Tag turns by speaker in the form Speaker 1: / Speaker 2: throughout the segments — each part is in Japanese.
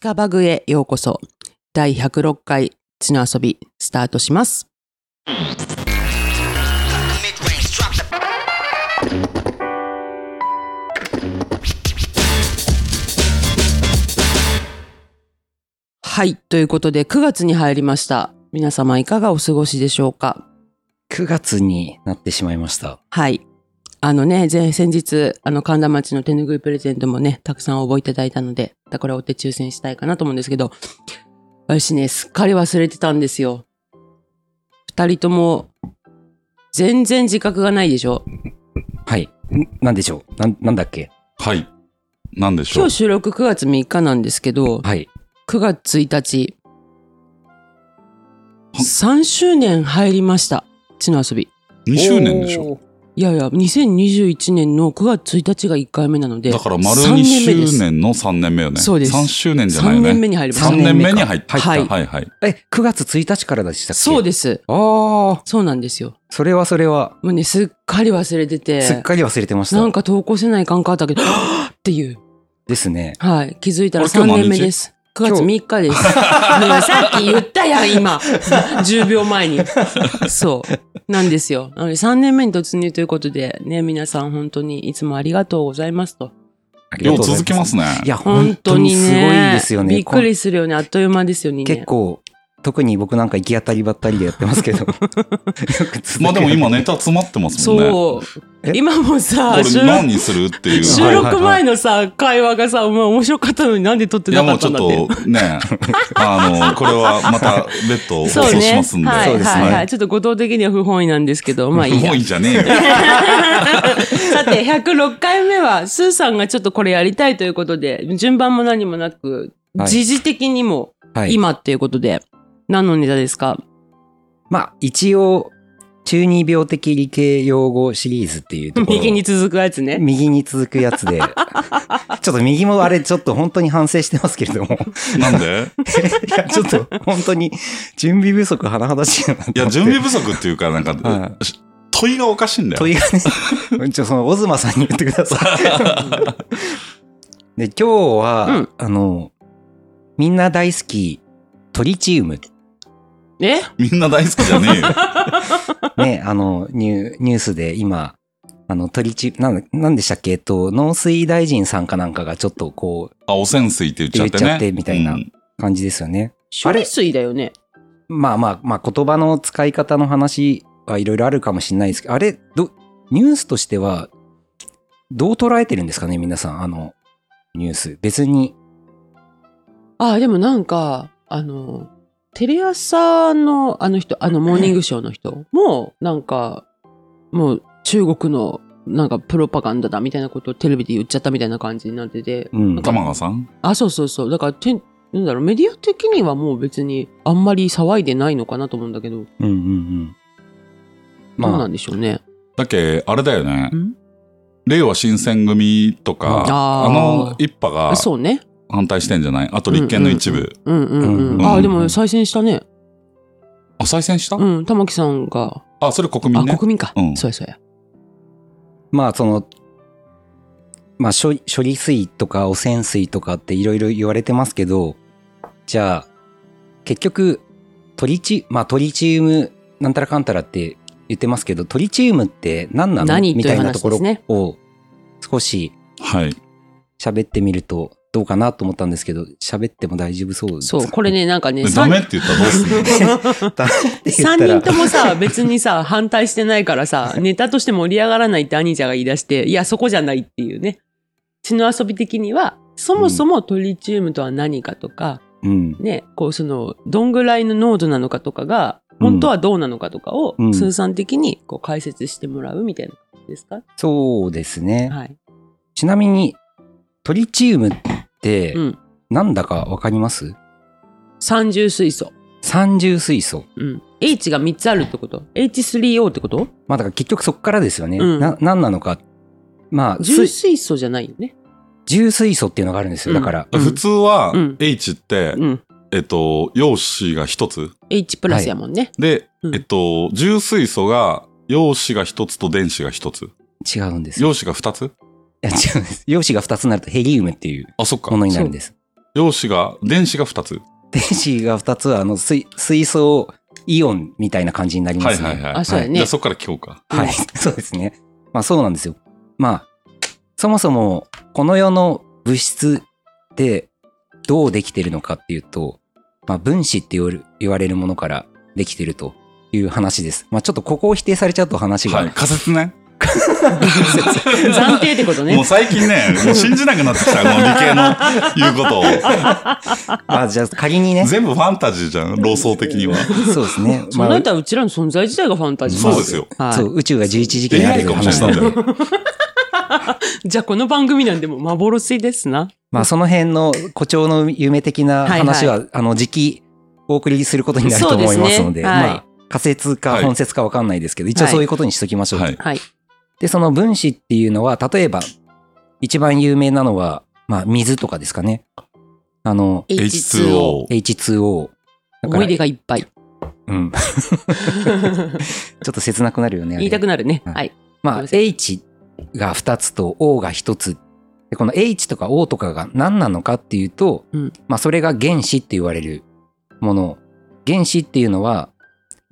Speaker 1: カバグへようこそ。第106回、地の遊び、スタートします。はい。ということで、9月に入りました。皆様いかがお過ごしでしょうか
Speaker 2: 9月になってしまいました。
Speaker 1: はい。あのね、前先日、あの、神田町の手ぬぐいプレゼントもね、たくさん応募いただいたので、だからお手抽選したいかなと思うんですけど、私ね、すっかり忘れてたんですよ。二人とも、全然自覚がないでしょ
Speaker 2: はい。んなんでしょうなん、なんだっけ
Speaker 3: はい。なんでしょ
Speaker 1: 今
Speaker 3: う
Speaker 1: 日収録9月3日なんですけど、
Speaker 2: はい。
Speaker 1: 9月1日、3周年入りました。地の遊び。
Speaker 3: ?2 周年でしょ
Speaker 2: ょ
Speaker 1: いやいや、2021年の9月1日が1回目なので、
Speaker 3: だから丸
Speaker 1: 3年
Speaker 3: 2
Speaker 1: 目です
Speaker 3: 周年の3年目よね。
Speaker 1: そうです
Speaker 3: 3周年じゃない
Speaker 1: 3
Speaker 3: よね。
Speaker 1: 年目に入りました。
Speaker 3: 3年目に入った。
Speaker 1: は
Speaker 3: はいい、はい、はい。
Speaker 2: え、9月1日からでしたっけ
Speaker 1: そう
Speaker 2: す。
Speaker 1: です。
Speaker 2: ああ、
Speaker 1: そうなんですよ。
Speaker 2: それはそれは、
Speaker 1: もうね、すっかり忘れてて、
Speaker 2: すっかり忘れてました。
Speaker 1: なんか投稿せないかんか ったけど、はぁっていう。
Speaker 2: ですね。
Speaker 1: はい。気づいたら
Speaker 3: あれ今
Speaker 1: 3
Speaker 3: 日何日
Speaker 1: 年目です。9月3日 です。今さっき言ったやん、今。10秒前に。そう。なんですよ。なので3年目に突入ということで、ね、皆さん本当にいつもありがとうございますと。
Speaker 2: ありが
Speaker 3: よ
Speaker 2: とうご
Speaker 3: う
Speaker 2: ざい
Speaker 3: 続きますね。
Speaker 2: いや、
Speaker 1: 本
Speaker 2: 本
Speaker 1: 当
Speaker 2: 当
Speaker 1: に
Speaker 2: に
Speaker 1: ね。
Speaker 2: すごいですよね。
Speaker 1: びっくりするよね。あっという間ですよね。
Speaker 2: こ結構、特に僕なんか行き当たりばったりでやってます けど。よく続け
Speaker 3: まあでも今ネタ詰まってますもんね。こ
Speaker 1: そう
Speaker 2: え。
Speaker 1: 今もさ、収
Speaker 3: れ
Speaker 1: 録
Speaker 3: 何にするっていう。
Speaker 1: 収
Speaker 2: はい
Speaker 1: 録前のさ、会話がさ、お前面白かったのになんで撮って
Speaker 3: い
Speaker 1: な
Speaker 3: や
Speaker 1: か
Speaker 3: も
Speaker 1: った
Speaker 3: うち
Speaker 1: ん
Speaker 3: ょ
Speaker 1: だって。
Speaker 3: っとね、 あの、これはまた別途放
Speaker 1: そう
Speaker 3: 送し
Speaker 1: ね
Speaker 3: ますん。で。
Speaker 1: はい
Speaker 2: そうですね
Speaker 1: はいはい。ちょっと後藤的には不本意なんですけど、まあいいや
Speaker 3: もう。いいじゃねえよ。
Speaker 1: さて、106回目は、スーさんがちょっとこれやりたいということで、順番も何もなく、
Speaker 2: はい
Speaker 1: 時事的にも
Speaker 2: はい。
Speaker 1: 今っていうことで、何のネタですか
Speaker 2: まあ、一応、中二病的理系用語シリーズっていうとこ ろを
Speaker 1: 右に続くやつね。
Speaker 2: 右に続くやつで。ちょっと右もあれ、ちょっと本当に反省してますけれ ども。
Speaker 3: なんで
Speaker 2: いや、ちょっと本当に準備不足甚だしいなと思って。
Speaker 3: いや、準備不足っていうか、なんか、
Speaker 2: は
Speaker 3: 問いがおかしいんだよ
Speaker 2: 問。いがね、ちょ、その、オズマさんに言ってくだ さい。で、今日は、
Speaker 1: うん
Speaker 2: あの、みんな大好き、トリチウム。
Speaker 1: え
Speaker 3: みんな大好きじゃねえよ。
Speaker 2: ね、あの、ニューニュースで今、あの、トリチウム、なんなんでしたっけえっと、農水大臣さんかなんかがちょっとこう、
Speaker 3: あ、汚染水って言っちゃってね。
Speaker 2: 言っちゃってみたいな
Speaker 3: うん
Speaker 2: 感じですよね。
Speaker 1: 処理水だよね。
Speaker 2: まあまあ、まあ、言葉の使い方の話はいろいろあるかもしれないですけど、あれ、ど、ニュースとしては、どう捉えてるんですかね、皆さん、あの、ニュース。別に。
Speaker 1: ああ、でもなんか、あの、テレ朝のあの人、あのモーニングショーの人も、なんか、もう中国のなんかプロパガンダだみたいなことをテレビで言っちゃったみたいな感じになってて、
Speaker 2: うん。
Speaker 3: 玉川さん
Speaker 1: あ、そうそうそう。だから、てんなんだろう、メディア的にはもう別にあんまり騒いでないのかなと思うんだけど、
Speaker 2: うんうんうん。
Speaker 1: どうな
Speaker 2: まあ
Speaker 1: ん、でしょうね。
Speaker 3: だっけ、あれだよね
Speaker 1: ん。
Speaker 3: 令和新選組とか、
Speaker 1: あー
Speaker 3: あの一派が
Speaker 1: そうね。
Speaker 3: 反対してんじゃないあと立憲の一部。
Speaker 1: うんうんうん。
Speaker 2: うん
Speaker 3: うん
Speaker 1: あ、でも再選したね。
Speaker 3: あ、再選した
Speaker 1: うん、玉木さんが。
Speaker 3: あ、それ国民
Speaker 1: あ、
Speaker 3: ね。
Speaker 1: 国民か。
Speaker 3: うん
Speaker 1: そうやそうや。
Speaker 2: まあ、その、まあ処理、処理水とか汚染水とかっていろいろ言われてますけど、じゃあ、結局、トリチ、まあ、トリチウム、なんたらかんたらって言ってますけど、トリチウムって何なの
Speaker 1: 何
Speaker 2: みたいな
Speaker 1: とい
Speaker 2: と
Speaker 1: う話
Speaker 2: こ
Speaker 1: で
Speaker 2: ろ
Speaker 1: すね
Speaker 2: を少し
Speaker 3: はい。
Speaker 2: 喋ってみるとどうかなと思ったんですけど、喋っても大丈夫そうですか
Speaker 1: そう、これ。ね、なんかね、
Speaker 3: で
Speaker 1: さ
Speaker 3: ダ
Speaker 1: ん
Speaker 3: メって言ったらどうすんの
Speaker 2: ダメって言った
Speaker 1: 三人
Speaker 2: ら
Speaker 1: ともさ、別にさ、反対してないから さ、ネタとして盛り上がらないって兄ちゃんが言い出して、いや、そこじゃないっていうね。血の遊び的には、そもそもトリチウムとは何かとか、
Speaker 2: うん。
Speaker 1: ね、こうその、どんぐらいの濃度なのかとかが、本当はどうなのかとかを、
Speaker 2: うん
Speaker 1: 通算的にこう解説してもらうみたいな感じですか、
Speaker 2: そうですね。
Speaker 1: はい。
Speaker 2: ちなみに、トリチウムって
Speaker 1: うん。
Speaker 2: なんだかわかります、
Speaker 1: 三重水素。
Speaker 2: 三重水素。
Speaker 1: うん。H が3つあるってこと ?H3O ってこと
Speaker 2: まあだから結局そこからですよね。
Speaker 1: うん
Speaker 2: な、何なのか。まあ、
Speaker 1: 重
Speaker 2: す
Speaker 1: 水素じゃないよね。
Speaker 2: 重水素っていうのがあるんですよ。だから、
Speaker 1: うん
Speaker 3: 普通は
Speaker 1: うん
Speaker 3: H って、
Speaker 1: うん。
Speaker 3: えっと、陽子が一つ。
Speaker 1: H プラスやもんね。
Speaker 3: で
Speaker 1: う、ん
Speaker 3: えっと、重水素が陽子が一つと電子が一つ。
Speaker 2: 違うんですよ。
Speaker 3: 陽子が二つ
Speaker 2: いや違うんです。陽子が2つになるとヘリウムっていう
Speaker 3: あ、そっか
Speaker 2: も。のになるんです。
Speaker 3: 陽子が、電子が2つ。
Speaker 2: 電子が2つは、あの、水、水素イオンみたいな感じになりま
Speaker 3: はい
Speaker 2: すね。
Speaker 3: はいはい。
Speaker 1: あそうやね
Speaker 3: じゃあそこから聞こうか。
Speaker 2: はい、 そうですね。まあそうなんですよ。まあ、そもそもこの世の物質ってどうできてるのかっていうと、まあ分子って言われ言われるものからできてるという話です。まあちょっとここを否定されちゃうと話が、
Speaker 3: はい。仮説ね。
Speaker 1: 暫定ってこと
Speaker 3: もう
Speaker 1: ね。
Speaker 3: 最近ね、もう信じなくなってきた、この理系の言うことを。
Speaker 2: まあじゃあ仮にね、
Speaker 3: 全部ファンタジーじゃん、論争的には。
Speaker 2: そうですね。
Speaker 1: そん
Speaker 2: ま
Speaker 1: な
Speaker 2: あ
Speaker 1: ん、たらうちらの存在自体がファンタジー
Speaker 3: そうですよ。
Speaker 1: はい
Speaker 2: そう、宇宙が11時期にあ
Speaker 3: AI
Speaker 2: る
Speaker 3: かもしれないんだよ。
Speaker 1: じゃあこの番組なんでも幻ですな。
Speaker 2: まあその辺の誇張の夢的な話は、あの時期お送りすることになると思います
Speaker 1: そう
Speaker 2: の
Speaker 1: で
Speaker 2: です
Speaker 1: ねはい
Speaker 2: まあ仮説か本説かわかんないですけど、一応
Speaker 1: はい
Speaker 2: そういうことにしときましょうと、
Speaker 3: はい
Speaker 1: はい。
Speaker 2: でその分子っていうのは例えば一番有名なのは、まあ、水とかですかねあの
Speaker 3: H2O。
Speaker 2: H2O だか
Speaker 1: 思
Speaker 2: ら
Speaker 1: い出がいっ ぱい。
Speaker 2: うんちょっと切なくなるよねあれ
Speaker 1: 言いたくなるね。
Speaker 2: はい
Speaker 1: はい。
Speaker 2: ま
Speaker 1: ごめん
Speaker 2: あ
Speaker 1: なさ
Speaker 2: H が2つと O が1つでこの H とか O とかが何なのかっていうと、
Speaker 1: うん
Speaker 2: まあ、それが原子って言われるもの原子っていうのは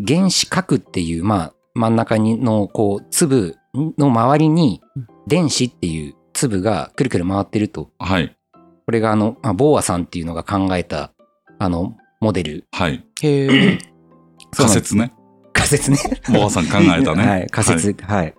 Speaker 2: 原子核っていう、まあ、真ん中にのこう粒の周りに
Speaker 1: うん
Speaker 2: 電子っていう粒がくるくる回ってると
Speaker 3: はい。
Speaker 2: これがあの、まあ、ボーアさんっていうのが考えたあのモデル
Speaker 3: はい。
Speaker 1: へえ。
Speaker 3: 仮説ね。
Speaker 2: 仮説ね
Speaker 3: ボアさん考えたね。
Speaker 2: はい、仮説はい、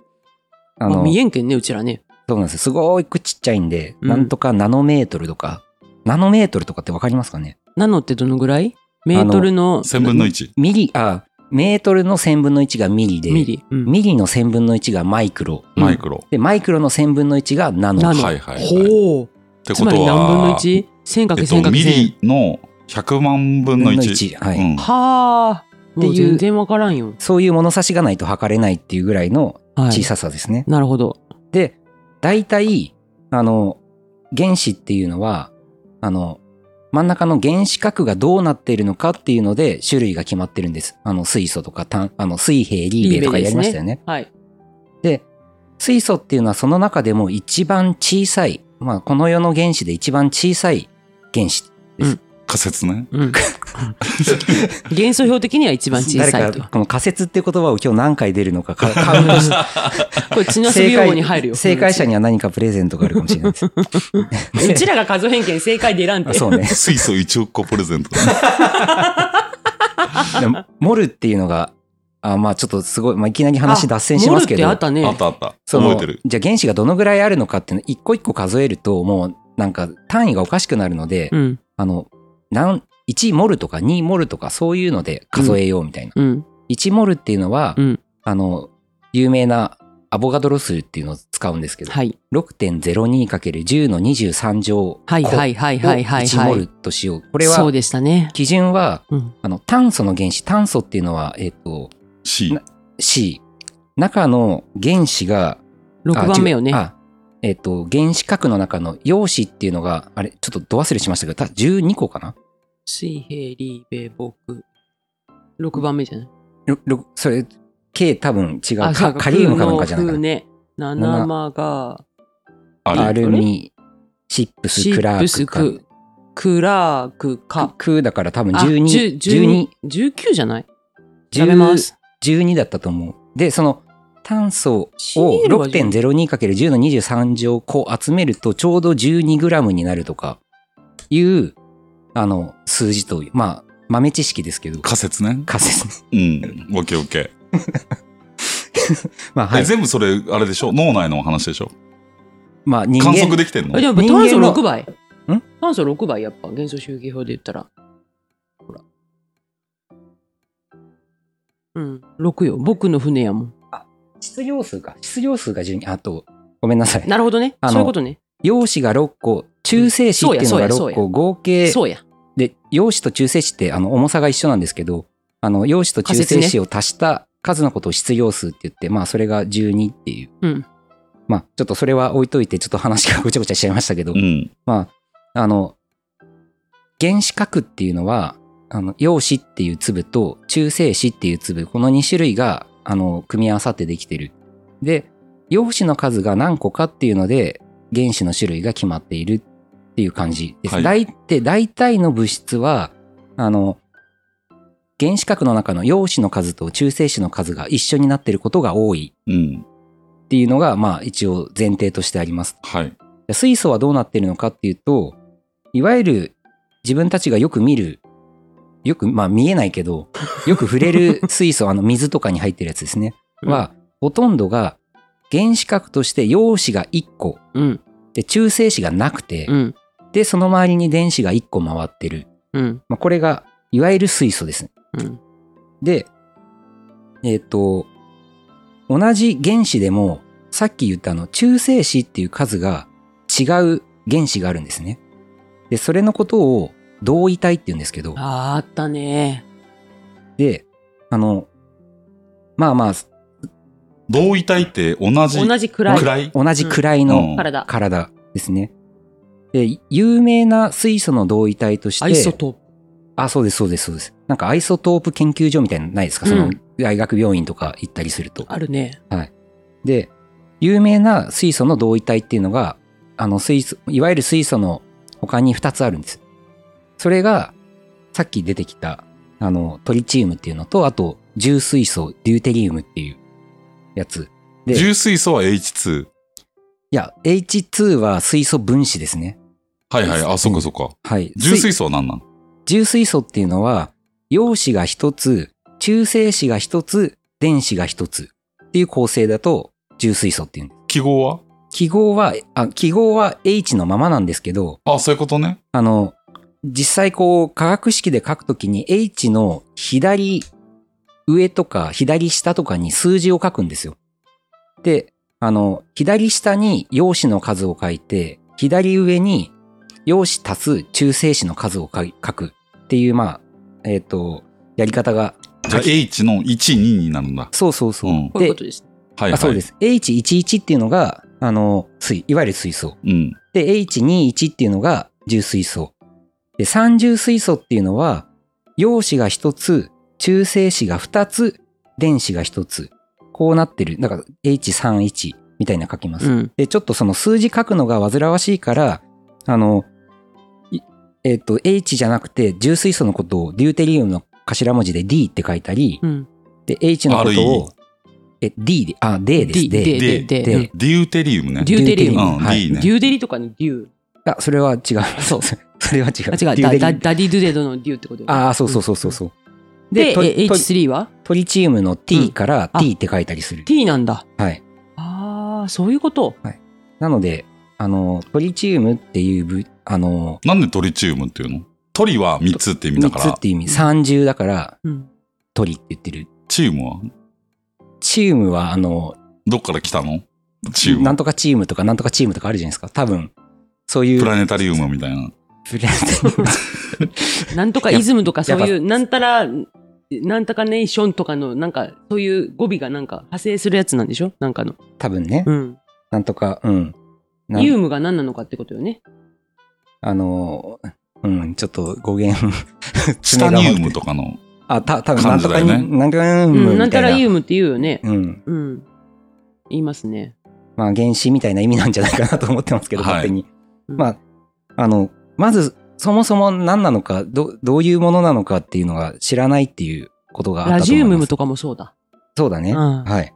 Speaker 2: あ
Speaker 1: まあ見えんけんね、うちらね。
Speaker 2: そうなんですよすごいちっちゃいんで、
Speaker 1: うん
Speaker 2: なんとかナノメートルとか、ナノメートルとかってわかりますかね
Speaker 1: ナノってどのぐらいメートルの
Speaker 3: 1000分の1。
Speaker 2: ミリ、あ、メートルの1000分の1がミリで、
Speaker 1: ミリ。うん
Speaker 2: ミリの1000分の1がマイクロ。
Speaker 3: マイクロ。
Speaker 2: で、マイクロの1000分の1がナノ。
Speaker 1: ナノ
Speaker 3: はいはいはい。っ
Speaker 1: ほう。
Speaker 3: て
Speaker 1: つ
Speaker 3: こ
Speaker 1: まり
Speaker 3: と
Speaker 1: 何分の
Speaker 3: は、
Speaker 1: 1 ?1000 かけ
Speaker 3: えっ
Speaker 1: 1000
Speaker 3: と、
Speaker 1: かけ
Speaker 3: ミ
Speaker 1: 1000。
Speaker 3: リの100万分の
Speaker 2: 分の
Speaker 3: 1。
Speaker 2: 1はい
Speaker 3: うん
Speaker 1: はあ。
Speaker 2: っ
Speaker 1: も
Speaker 2: ていう
Speaker 1: う全然わからんよ。
Speaker 2: そういう物差しがないと測れないっていうぐらいの
Speaker 1: は
Speaker 2: 小
Speaker 1: い。
Speaker 2: ささですね。
Speaker 1: なるほど。
Speaker 2: で、大体、あの、原子っていうのは、あの、真ん中の原子核がどうなっているのかっていうので種類が決まってるんです。あの、水素とか炭、あの、水平、リーベとか
Speaker 1: リーベです
Speaker 2: や
Speaker 1: ね
Speaker 2: りましたよね。
Speaker 1: はい。
Speaker 2: で、水素っていうのはその中でも一番小さい、まあ、この世の原子で一番小さい原子。
Speaker 3: 仮説ね。
Speaker 1: うん。元素表的には一番小
Speaker 2: 誰
Speaker 1: さいと。
Speaker 2: か、この仮説っていう言葉を今日何回出る のかかカウントし
Speaker 1: これ、血の遊び用語に入るよ。
Speaker 2: 正解者には何かプレゼントがあるかもしれないです。
Speaker 1: うちらが数偏見正解で選んで
Speaker 2: あ。そうね。
Speaker 3: 水素1億個プレゼントね。
Speaker 2: でもモルっていうのが、あまあちょっとすごい、まあ、いきなり話脱線しますけど、
Speaker 1: モルってあったね。
Speaker 3: あったあった。
Speaker 2: その
Speaker 3: 覚えてる。
Speaker 2: じゃあ原子がどのぐらいあるのかっていうの一個一個数えると、もうなんか単位がおかしくなるので、
Speaker 1: うん。
Speaker 2: あの、なん1モルとか2モルとかそういうので数えようみたいな。
Speaker 1: うん。
Speaker 2: 1モルっていうのは、
Speaker 1: うん
Speaker 2: あの、有名なアボガドロ数っていうのを使うんですけど、
Speaker 1: はい。
Speaker 2: 6.02×10 の23乗
Speaker 1: はいはいはいはいはい
Speaker 2: 1
Speaker 1: は
Speaker 2: モ
Speaker 1: い。
Speaker 2: ルとしよう。これ
Speaker 1: そう
Speaker 2: は、
Speaker 1: でしたね。
Speaker 2: 基準は、
Speaker 1: うん
Speaker 2: あの、炭素の原子、炭素っていうのは、えっ、と、
Speaker 3: C
Speaker 2: な。C 中の原子が
Speaker 1: 6番目よね
Speaker 2: あ違う。あえっ、と原子核の中の陽子っていうのがあれちょっとど忘れしましたけどた12個かな
Speaker 1: 水平、リーベ、僕。6番目じゃない
Speaker 2: ろろそれ K 多分違う
Speaker 1: あそう
Speaker 2: かカリウムかなんかじゃないか
Speaker 1: 空の
Speaker 2: な
Speaker 1: ね。7マが、
Speaker 3: あ
Speaker 2: ア
Speaker 3: る。
Speaker 2: ルミシップス
Speaker 1: シ
Speaker 2: ク
Speaker 1: ッ
Speaker 2: ラ
Speaker 1: プ
Speaker 2: ー
Speaker 1: ス
Speaker 2: クか
Speaker 1: ク、クラークか。
Speaker 2: クだから多分
Speaker 1: あ10
Speaker 2: 12 12
Speaker 1: 19じゃない調べま
Speaker 2: 10
Speaker 1: す。
Speaker 2: 12だったと思うでその炭素
Speaker 1: シ
Speaker 2: を
Speaker 1: ールは
Speaker 2: 6.02×10 の23乗個集めるとちょうど 12g になるとかいうあの数字というまあ豆知識ですけど
Speaker 3: 仮説ね。
Speaker 2: 仮説ね
Speaker 3: うん。オッケーオッケー。
Speaker 2: まあは
Speaker 3: え
Speaker 2: い
Speaker 3: 全部それ、あれでしょ脳内のお話でしょ
Speaker 2: まあ人
Speaker 3: 観測
Speaker 2: 間
Speaker 3: できてんの
Speaker 1: あでも
Speaker 2: 人間
Speaker 1: 炭素
Speaker 2: の
Speaker 1: 6倍。炭素6倍やっぱ元素周期表で言ったら。ほら。うん、6よ。僕の船やもん。
Speaker 2: 質量数か質量数が12あとごめんなさい
Speaker 1: なるほどね。
Speaker 2: あの
Speaker 1: そういうことね。
Speaker 2: 陽子が6個中性子っていうのが
Speaker 1: うんそうやそうや
Speaker 2: 6
Speaker 1: そう
Speaker 2: 個合計
Speaker 1: そうや。
Speaker 2: で陽子と中性子ってあの重さが一緒なんですけどあの陽子と中性
Speaker 1: 仮説
Speaker 2: 子を足した数のことを質量数って言って、まあそれが12っていう
Speaker 1: うん。
Speaker 2: まあちょっとそれは置いといてちょっと話がご ちゃごちゃしちゃいましたけど、
Speaker 3: うん。
Speaker 2: まああの原子核っていうのはあの陽子っていう粒と中性子っていう粒この2種類があの組み合わさってできてるで陽子の数が何個かっていうので原子の種類が決まっているっていう感じです。
Speaker 3: はい
Speaker 2: 大体大体の物質は、あの、原子核の中の陽子の数と中性子の数が一緒になっていることが多い
Speaker 3: うん。
Speaker 2: っていうのが、まあ一応前提としてあります。
Speaker 3: はい。
Speaker 2: じゃあ水素はどうなってるのかっていうと、いわゆる自分たちがよく見る、よく、まあ見えないけど、よく触れる水素、あの水とかに入ってるやつですね。
Speaker 3: うん
Speaker 2: は、ほとんどが原子核として陽子が1個、
Speaker 1: うん。
Speaker 2: で中性子がなくて、
Speaker 1: うん。
Speaker 2: で、その周りに電子が1個回ってる。
Speaker 1: うん。
Speaker 2: まあ、これが、いわゆる水素です。
Speaker 1: うん。
Speaker 2: で、えっ、と、同じ原子でも、さっき言ったあの、中性子っていう数が違う原子があるんですね。で、それのことを同位体って言うんですけど、
Speaker 1: あーあったね。
Speaker 2: で、あの、まあまあ、
Speaker 3: 同位体って同じ
Speaker 1: 同じくらい。
Speaker 3: 位
Speaker 2: 同じくらいの
Speaker 1: 体。
Speaker 2: 体ですね。で、有名な水素の同位体として、
Speaker 1: アイソトープ。
Speaker 2: あ、そうです、そうです、そうです。なんかアイソトープ研究所みたいなのないですか、そうの
Speaker 1: ん
Speaker 2: 大学病院とか行ったりすると。
Speaker 1: あるね。
Speaker 2: で、有名な水素の同位体っていうのが、あの水素、いわゆる水素の他に2つあるんです。それが、さっき出てきた、あの、トリチウムっていうのと、あと、重水素、デューテリウムっていうやつ。で
Speaker 3: 重水素は H2。
Speaker 2: いや、H2 は水素分子ですね。
Speaker 3: はいはい。あ、そっかそっか。
Speaker 2: はい。
Speaker 3: 重
Speaker 2: 水
Speaker 3: 水素は何なの
Speaker 2: 重水素っていうのは、陽子が一つ、中性子が一つ、電子が一つっていう構成だと、重水素っていうんです。
Speaker 3: 記号は
Speaker 2: 記号は、あ、記号は H のままなんですけど、
Speaker 3: あ、そういうことね。
Speaker 2: あの、実際こう、化学式で書くときに H の左上とか左下とかに数字を書くんですよ。で、あの、左下に陽子の数を書いて、左上に陽子足す中性子の数を書い書くっていう、まあ、えっ、と、やり方が、
Speaker 3: じゃあ H の1、2になるんだ。
Speaker 2: そうそうそう。
Speaker 3: うん
Speaker 1: こういうことです。
Speaker 3: はいはい。
Speaker 2: あそうで。す。H11 っていうのが、あの、水、いわゆる水素。
Speaker 3: うん。
Speaker 2: で、H21 っていうのが重水素。で、三重水素っていうのは、陽子が1つ、中性子が2つ、電子が1つ。こうなってる。だから H31 みたいな書きます。
Speaker 1: うん。
Speaker 2: で、ちょっとその数字書くのが煩わしいから、あの、いえっ、と、H じゃなくて、重水素のことをデューテリウムの頭文字で D って書いたり、
Speaker 1: うん。
Speaker 2: で、H のことを、え、D で、あ、D です。
Speaker 1: D、D、D、
Speaker 3: で
Speaker 1: D
Speaker 2: で
Speaker 1: うん。
Speaker 3: デューテリウムね。
Speaker 1: デューテリウム。
Speaker 3: うん、
Speaker 2: はい
Speaker 3: D
Speaker 1: デ
Speaker 3: ね。
Speaker 1: ューデリとかのデュー。
Speaker 2: あ、それは違う。
Speaker 1: そう
Speaker 2: それは
Speaker 1: あ、
Speaker 2: 違う。
Speaker 1: 違う。
Speaker 2: デュー
Speaker 1: ダ
Speaker 2: テリウ
Speaker 1: ダ
Speaker 2: ム
Speaker 1: ダディドゥデドのデューってことよね
Speaker 2: ああ、そうそうそうそうそう。
Speaker 1: で、
Speaker 2: トリ
Speaker 1: え
Speaker 2: トリ
Speaker 1: H3 は
Speaker 2: トリチウムの T から T って書いたりする。
Speaker 1: ?T なんだ。
Speaker 2: はい。
Speaker 1: ああ、そういうこと。
Speaker 2: なので、あの、トリチウムっていうぶ、あの、
Speaker 3: なんでトリチウムっていうのトリは3つって意味だ
Speaker 2: 3
Speaker 3: か
Speaker 2: つっ
Speaker 3: ら、
Speaker 2: ていう意味、30だから
Speaker 1: うん。
Speaker 2: トリって言ってる。
Speaker 3: チウムは
Speaker 2: チウムは、あの、
Speaker 3: どっから来たのチウム。
Speaker 2: なんとかチームとかなんとかチームとかあるじゃないですか。多分、そういう。
Speaker 3: プラネタリウムみたいな。
Speaker 2: プラネタリウム
Speaker 1: なんとかイズムとか
Speaker 2: や
Speaker 1: そ
Speaker 2: っ
Speaker 1: う
Speaker 2: ぱ
Speaker 1: いう、なんたら、なんとかネーションとかの、なんか、そういう語尾がなんか派生するやつなんでしょなんかの。
Speaker 2: 多分ね。
Speaker 1: うん。
Speaker 2: なんとか、うん。なん
Speaker 1: ユームが何なのかってことよね。
Speaker 2: あの、うん、ちょっと語源。
Speaker 3: チタニウムとかの。
Speaker 2: あ、た、多分な
Speaker 3: 感
Speaker 2: ん
Speaker 3: じ
Speaker 2: と
Speaker 3: だ
Speaker 2: か
Speaker 3: よ
Speaker 2: に、
Speaker 3: ね
Speaker 2: なんとか
Speaker 1: う
Speaker 2: ウムみたいな。
Speaker 1: ん。なんたらユームって言うよね。
Speaker 2: うん。
Speaker 1: うん。言いますね。
Speaker 2: まあ、原子みたいな意味なんじゃないかなと思ってますけど、
Speaker 3: はい
Speaker 2: 勝手に。
Speaker 1: うん
Speaker 2: まあ、あの、まず、そもそも何なのか、ど、どういうものなのかっていうのが知らないっていうことがあった
Speaker 1: ラ
Speaker 2: と思
Speaker 1: ジ
Speaker 2: い
Speaker 1: ウ
Speaker 2: ます。
Speaker 1: ムとかもそうだ。
Speaker 2: そうだね。
Speaker 1: うん
Speaker 2: はい。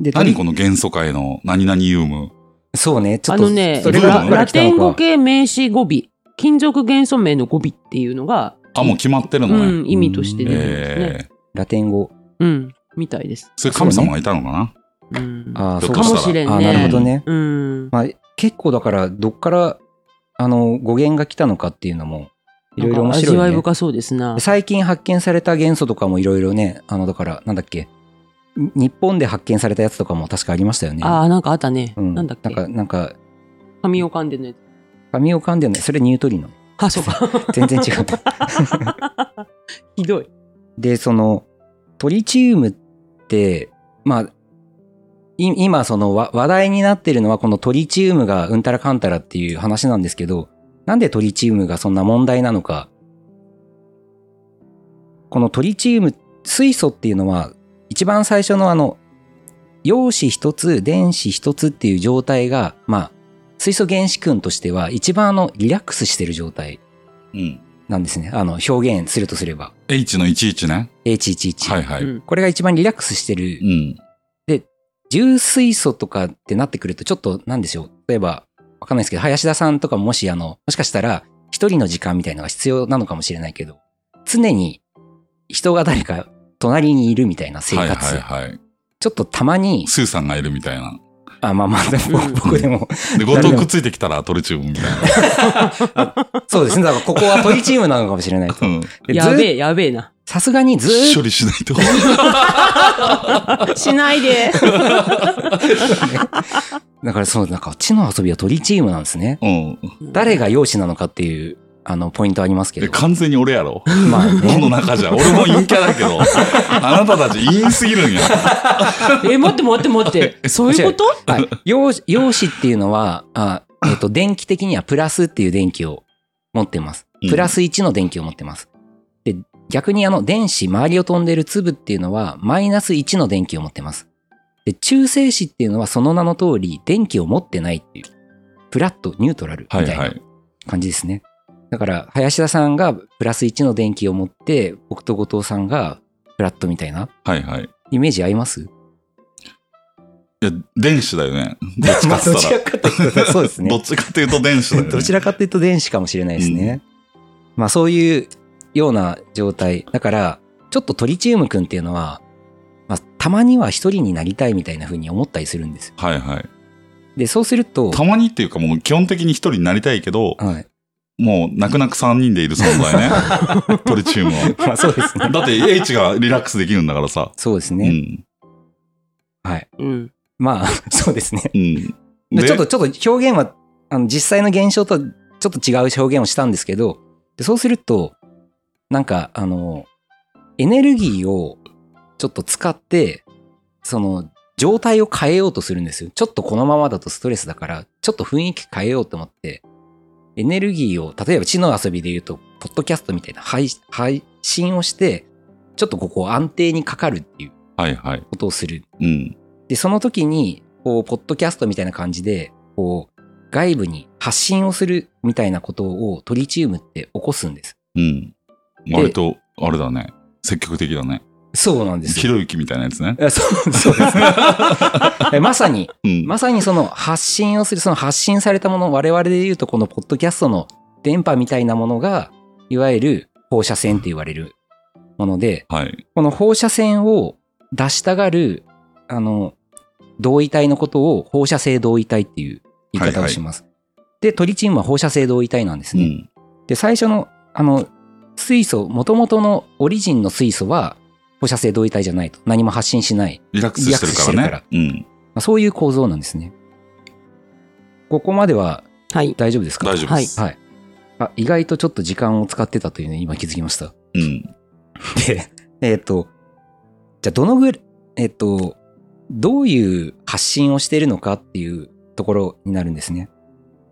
Speaker 2: で、
Speaker 3: 何
Speaker 2: と
Speaker 3: この元素界の何々ユーム。
Speaker 2: そうね、ちょ
Speaker 1: あ
Speaker 2: っと。
Speaker 1: のね、
Speaker 2: それ
Speaker 3: が
Speaker 1: ラ
Speaker 2: どこから
Speaker 1: ラ
Speaker 2: 来た
Speaker 1: テン
Speaker 2: のか
Speaker 1: 語系名詞語尾、金属元素名の語尾っていうのが、
Speaker 3: あ、もう決まってるの
Speaker 1: う
Speaker 3: ね。
Speaker 1: ん、意味として出てるんですね。
Speaker 3: ええ。
Speaker 2: ラテン語。
Speaker 1: うん、みたいです。
Speaker 3: それ神様がいたのかな
Speaker 1: うん、
Speaker 2: ああ、
Speaker 3: ど
Speaker 2: そ
Speaker 3: っ
Speaker 2: う
Speaker 1: か
Speaker 2: か。
Speaker 1: もしれんね。
Speaker 2: あーなるほどね。
Speaker 1: うん。
Speaker 2: まあ、結構だから、どっから、あの、語源が来たのかっていうのも、いろいろ面白い、ね。
Speaker 1: なんか味わい深そうですな。
Speaker 2: 最近発見された元素とかもいろいろね、あの、だから、なんだっけ、に日本で発見されたやつとかも確かありましたよね。
Speaker 1: ああ、なんかあったね。
Speaker 2: うん、
Speaker 1: なんだっけ。
Speaker 2: なんか、なんか、
Speaker 1: 紙を噛んでね。
Speaker 2: 紙を噛んでるの、それニュートリノ。
Speaker 1: あ、そうか。
Speaker 2: 全然違った。
Speaker 1: ひどい。
Speaker 2: で、その、トリチウムって、まあ、い今、そのわ話題になってるのは、このトリチウムがうんたらかんたらっていう話なんですけど、なんでトリチウムがそんな問題なのか。このトリチウム、水素っていうのは、一番最初のあの、陽子一つ、電子一つっていう状態が、まあ、水素原子群としては一番あのリラックスしてる状態
Speaker 4: うん。
Speaker 2: なんですね。あの表現するとすれば。
Speaker 3: H の11ね。
Speaker 2: H11。
Speaker 3: はいはい。
Speaker 1: うん
Speaker 2: これが一番リラックスしてる
Speaker 4: うん。
Speaker 2: 重水素とかってなってくるとちょっとなんでしょう例えばわかんないですけど林田さんとかもしあのもしかしたら一人の時間みたいなのが必要なのかもしれないけど常に人が誰か隣にいるみたいな生活、
Speaker 3: はいはいはい。
Speaker 2: ちょっとたまに
Speaker 3: スーさんがいるみたい な。
Speaker 2: あまあまあでも
Speaker 1: うん
Speaker 2: 僕でも
Speaker 3: で、後藤くっついてきたらトリチウムみたいな。
Speaker 2: そうですねだからここは鳥チームなのかもしれ ないと
Speaker 3: うん
Speaker 2: で
Speaker 1: やべ
Speaker 2: ず
Speaker 1: え、やべえな。
Speaker 2: さすがにずー
Speaker 3: 処
Speaker 2: っ
Speaker 3: 理しないと。
Speaker 1: しない で。
Speaker 2: とだからそうなんか地の遊びは鳥チームなんですね
Speaker 3: うん。
Speaker 2: 誰が容姿なのかっていうあのポイントありますけ
Speaker 3: え
Speaker 2: ど
Speaker 3: 完全に俺やろ。
Speaker 2: まあ
Speaker 3: こ
Speaker 2: ね
Speaker 3: の中じゃ。俺も陰キャだけ ど、あなたたち陰すぎるんや。
Speaker 1: え、待って待って待って。そういうこと
Speaker 2: はい、陽子陽子っていうのは、あえっと電気的にはプラスっていう電気を持ってます
Speaker 4: う。ん
Speaker 2: プラス1の電気を持ってます。で逆にあの電子、周りを飛んでる粒っていうのはマイナス1の電気を持ってます。で中性子っていうのはその名の通り電気を持ってないっていう、フラット、ニュートラルみた
Speaker 3: はいい
Speaker 2: な
Speaker 3: はい。
Speaker 2: 感じですね。だから、林田さんがプラス1の電気を持って、僕と後藤さんがフラットみたいな
Speaker 3: はいはい。い
Speaker 2: イメージ合います
Speaker 3: や、電子だよね。どっちかっつったら。
Speaker 2: かというと、 そうですね。
Speaker 3: どっちかっていうと電子だよね。
Speaker 2: どちらかというと電子かもしれないですね。まあそういうような状態。だから、ちょっとトリチウムくんっていうのは、まあたまには一人になりたいみたいな風に思ったりするんですよ。
Speaker 3: はいはい。
Speaker 2: で、そうすると、
Speaker 3: たまにっていうかもう基本的に一人になりたいけど、
Speaker 2: はい。
Speaker 3: もう泣く泣く3人でいる存 在ね。トリチウムは。
Speaker 2: まあそうですね。
Speaker 3: だって H がリラックスできるんだからさ。
Speaker 2: そうです
Speaker 3: う
Speaker 2: ね。
Speaker 3: ん。
Speaker 2: はい。
Speaker 1: うん。
Speaker 2: まあ、そうですね。
Speaker 3: うん。
Speaker 2: で
Speaker 3: で
Speaker 2: ちょっと、ちょっと表現は、あの、実際の現象とはちょっと違う表現をしたんですけど、でそうすると、なんか、あの、エネルギーをちょっと使って、その、状態を変えようとするんですよ。ちょっとこのままだとストレスだから、ちょっと雰囲気変えようと思って、エネルギーを、例えば知の遊びで言うと、ポッドキャストみたいな配配信をして、ちょっとここを安定にかかるっていう
Speaker 3: はいはい。
Speaker 2: ことをする。
Speaker 3: うん。
Speaker 2: で、その時に、こう、ポッドキャストみたいな感じで、こう、外部に発信をするみたいなことをトリチウムって起こすんです。
Speaker 3: うん。割と、あれだね。積極的だね。
Speaker 2: そうなんです
Speaker 3: ひ
Speaker 2: よ。
Speaker 3: ろゆきみたいなやつね。
Speaker 2: えそう、そうですね。えまさに、
Speaker 3: うん。
Speaker 2: まさにその発信をする、その発信されたもの、我々で言うとこのポッドキャストの電波みたいなものが、いわゆる放射線って言われるもので、
Speaker 3: はい。
Speaker 2: この放射線を出したがる、あの、同位体のことを放射性同位体っていう言い方をします。で、トリチウムは放射性同位体なんです
Speaker 3: う
Speaker 2: ね。
Speaker 3: ん。
Speaker 2: で、最初の、あの、水素、元々のオリジンの水素は放射性同位体じゃないと。何も発信しない。
Speaker 3: リラックスしてるから
Speaker 2: リ
Speaker 3: ね
Speaker 2: ラッ。
Speaker 3: うん。
Speaker 2: まあ、そういう構造なんですね。ここまでは
Speaker 1: はい。
Speaker 2: 大丈夫ですか
Speaker 3: 大丈夫です。
Speaker 2: はい。あ、意外とちょっと時間を使ってたというね、今気づきました。
Speaker 3: うん。
Speaker 2: で、えっ、と、じゃあどのぐらい、えっ、と、どういう発信をしてるのかっていうところになるんですね。